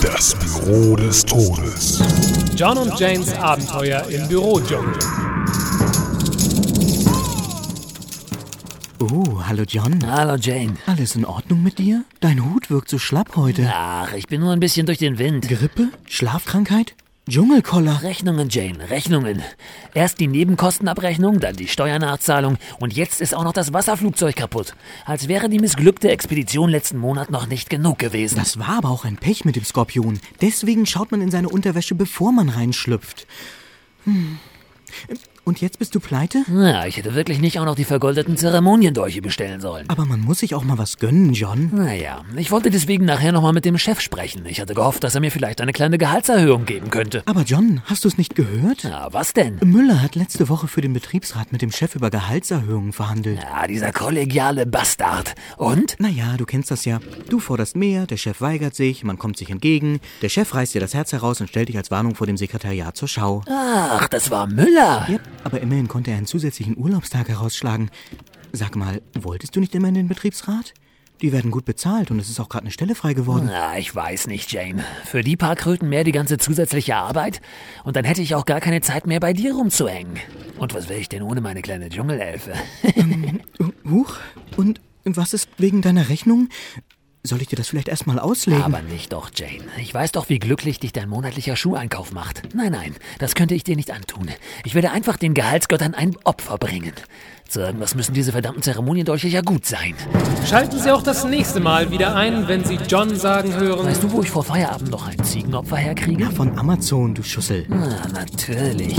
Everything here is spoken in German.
Das Büro des Todes. John und Janes Abenteuer im Büro, John. Oh, hallo John. Hallo Jane. Alles in Ordnung mit dir? Dein Hut wirkt so schlapp heute. Ach, ich bin nur ein bisschen durch den Wind. Grippe? Schlafkrankheit? Dschungelkoller? Rechnungen, Jane, Rechnungen. Erst die Nebenkostenabrechnung, dann die Steuernachzahlung und jetzt ist auch noch das Wasserflugzeug kaputt. Als wäre die missglückte Expedition letzten Monat noch nicht genug gewesen. Das war aber auch ein Pech mit dem Skorpion. Deswegen schaut man in seine Unterwäsche, bevor man reinschlüpft. Hm. Und jetzt bist du pleite? Na, ich hätte wirklich nicht auch noch die vergoldeten Zeremoniendolche bestellen sollen. Aber man muss sich auch mal was gönnen, John. Naja, ich wollte deswegen nachher nochmal mit dem Chef sprechen. Ich hatte gehofft, dass er mir vielleicht eine kleine Gehaltserhöhung geben könnte. Aber John, hast du es nicht gehört? Na, was denn? Müller hat letzte Woche für den Betriebsrat mit dem Chef über Gehaltserhöhungen verhandelt. Ah, dieser kollegiale Bastard. Und? Naja, du kennst das ja. Du forderst mehr, der Chef weigert sich, man kommt sich entgegen, der Chef reißt dir das Herz heraus und stellt dich als Warnung vor dem Sekretariat zur Schau. Ach, das war Müller. Ja, aber immerhin konnte er einen zusätzlichen Urlaubstag herausschlagen. Sag mal, wolltest du nicht immer in den Betriebsrat? Die werden gut bezahlt und es ist auch gerade eine Stelle frei geworden. Na, ich weiß nicht, Jane. Für die paar Kröten mehr die ganze zusätzliche Arbeit und dann hätte ich auch gar keine Zeit mehr bei dir rumzuhängen. Und was wäre ich denn ohne meine kleine Dschungelelfe? Huch, und was ist wegen deiner Rechnung? Soll ich dir das vielleicht erstmal auslegen? Aber nicht doch, Jane. Ich weiß doch, wie glücklich dich dein monatlicher Schuheinkauf macht. Nein, nein, das könnte ich dir nicht antun. Ich werde einfach den Gehaltsgöttern ein Opfer bringen. Zu irgendwas müssen diese verdammten Zeremoniendolche ja gut sein. Schalten Sie auch das nächste Mal wieder ein, wenn Sie John sagen hören. Weißt du, wo ich Hm. vor Feierabend noch ein Ziegenopfer herkriege? Von Amazon, du Schussel. Ah, natürlich.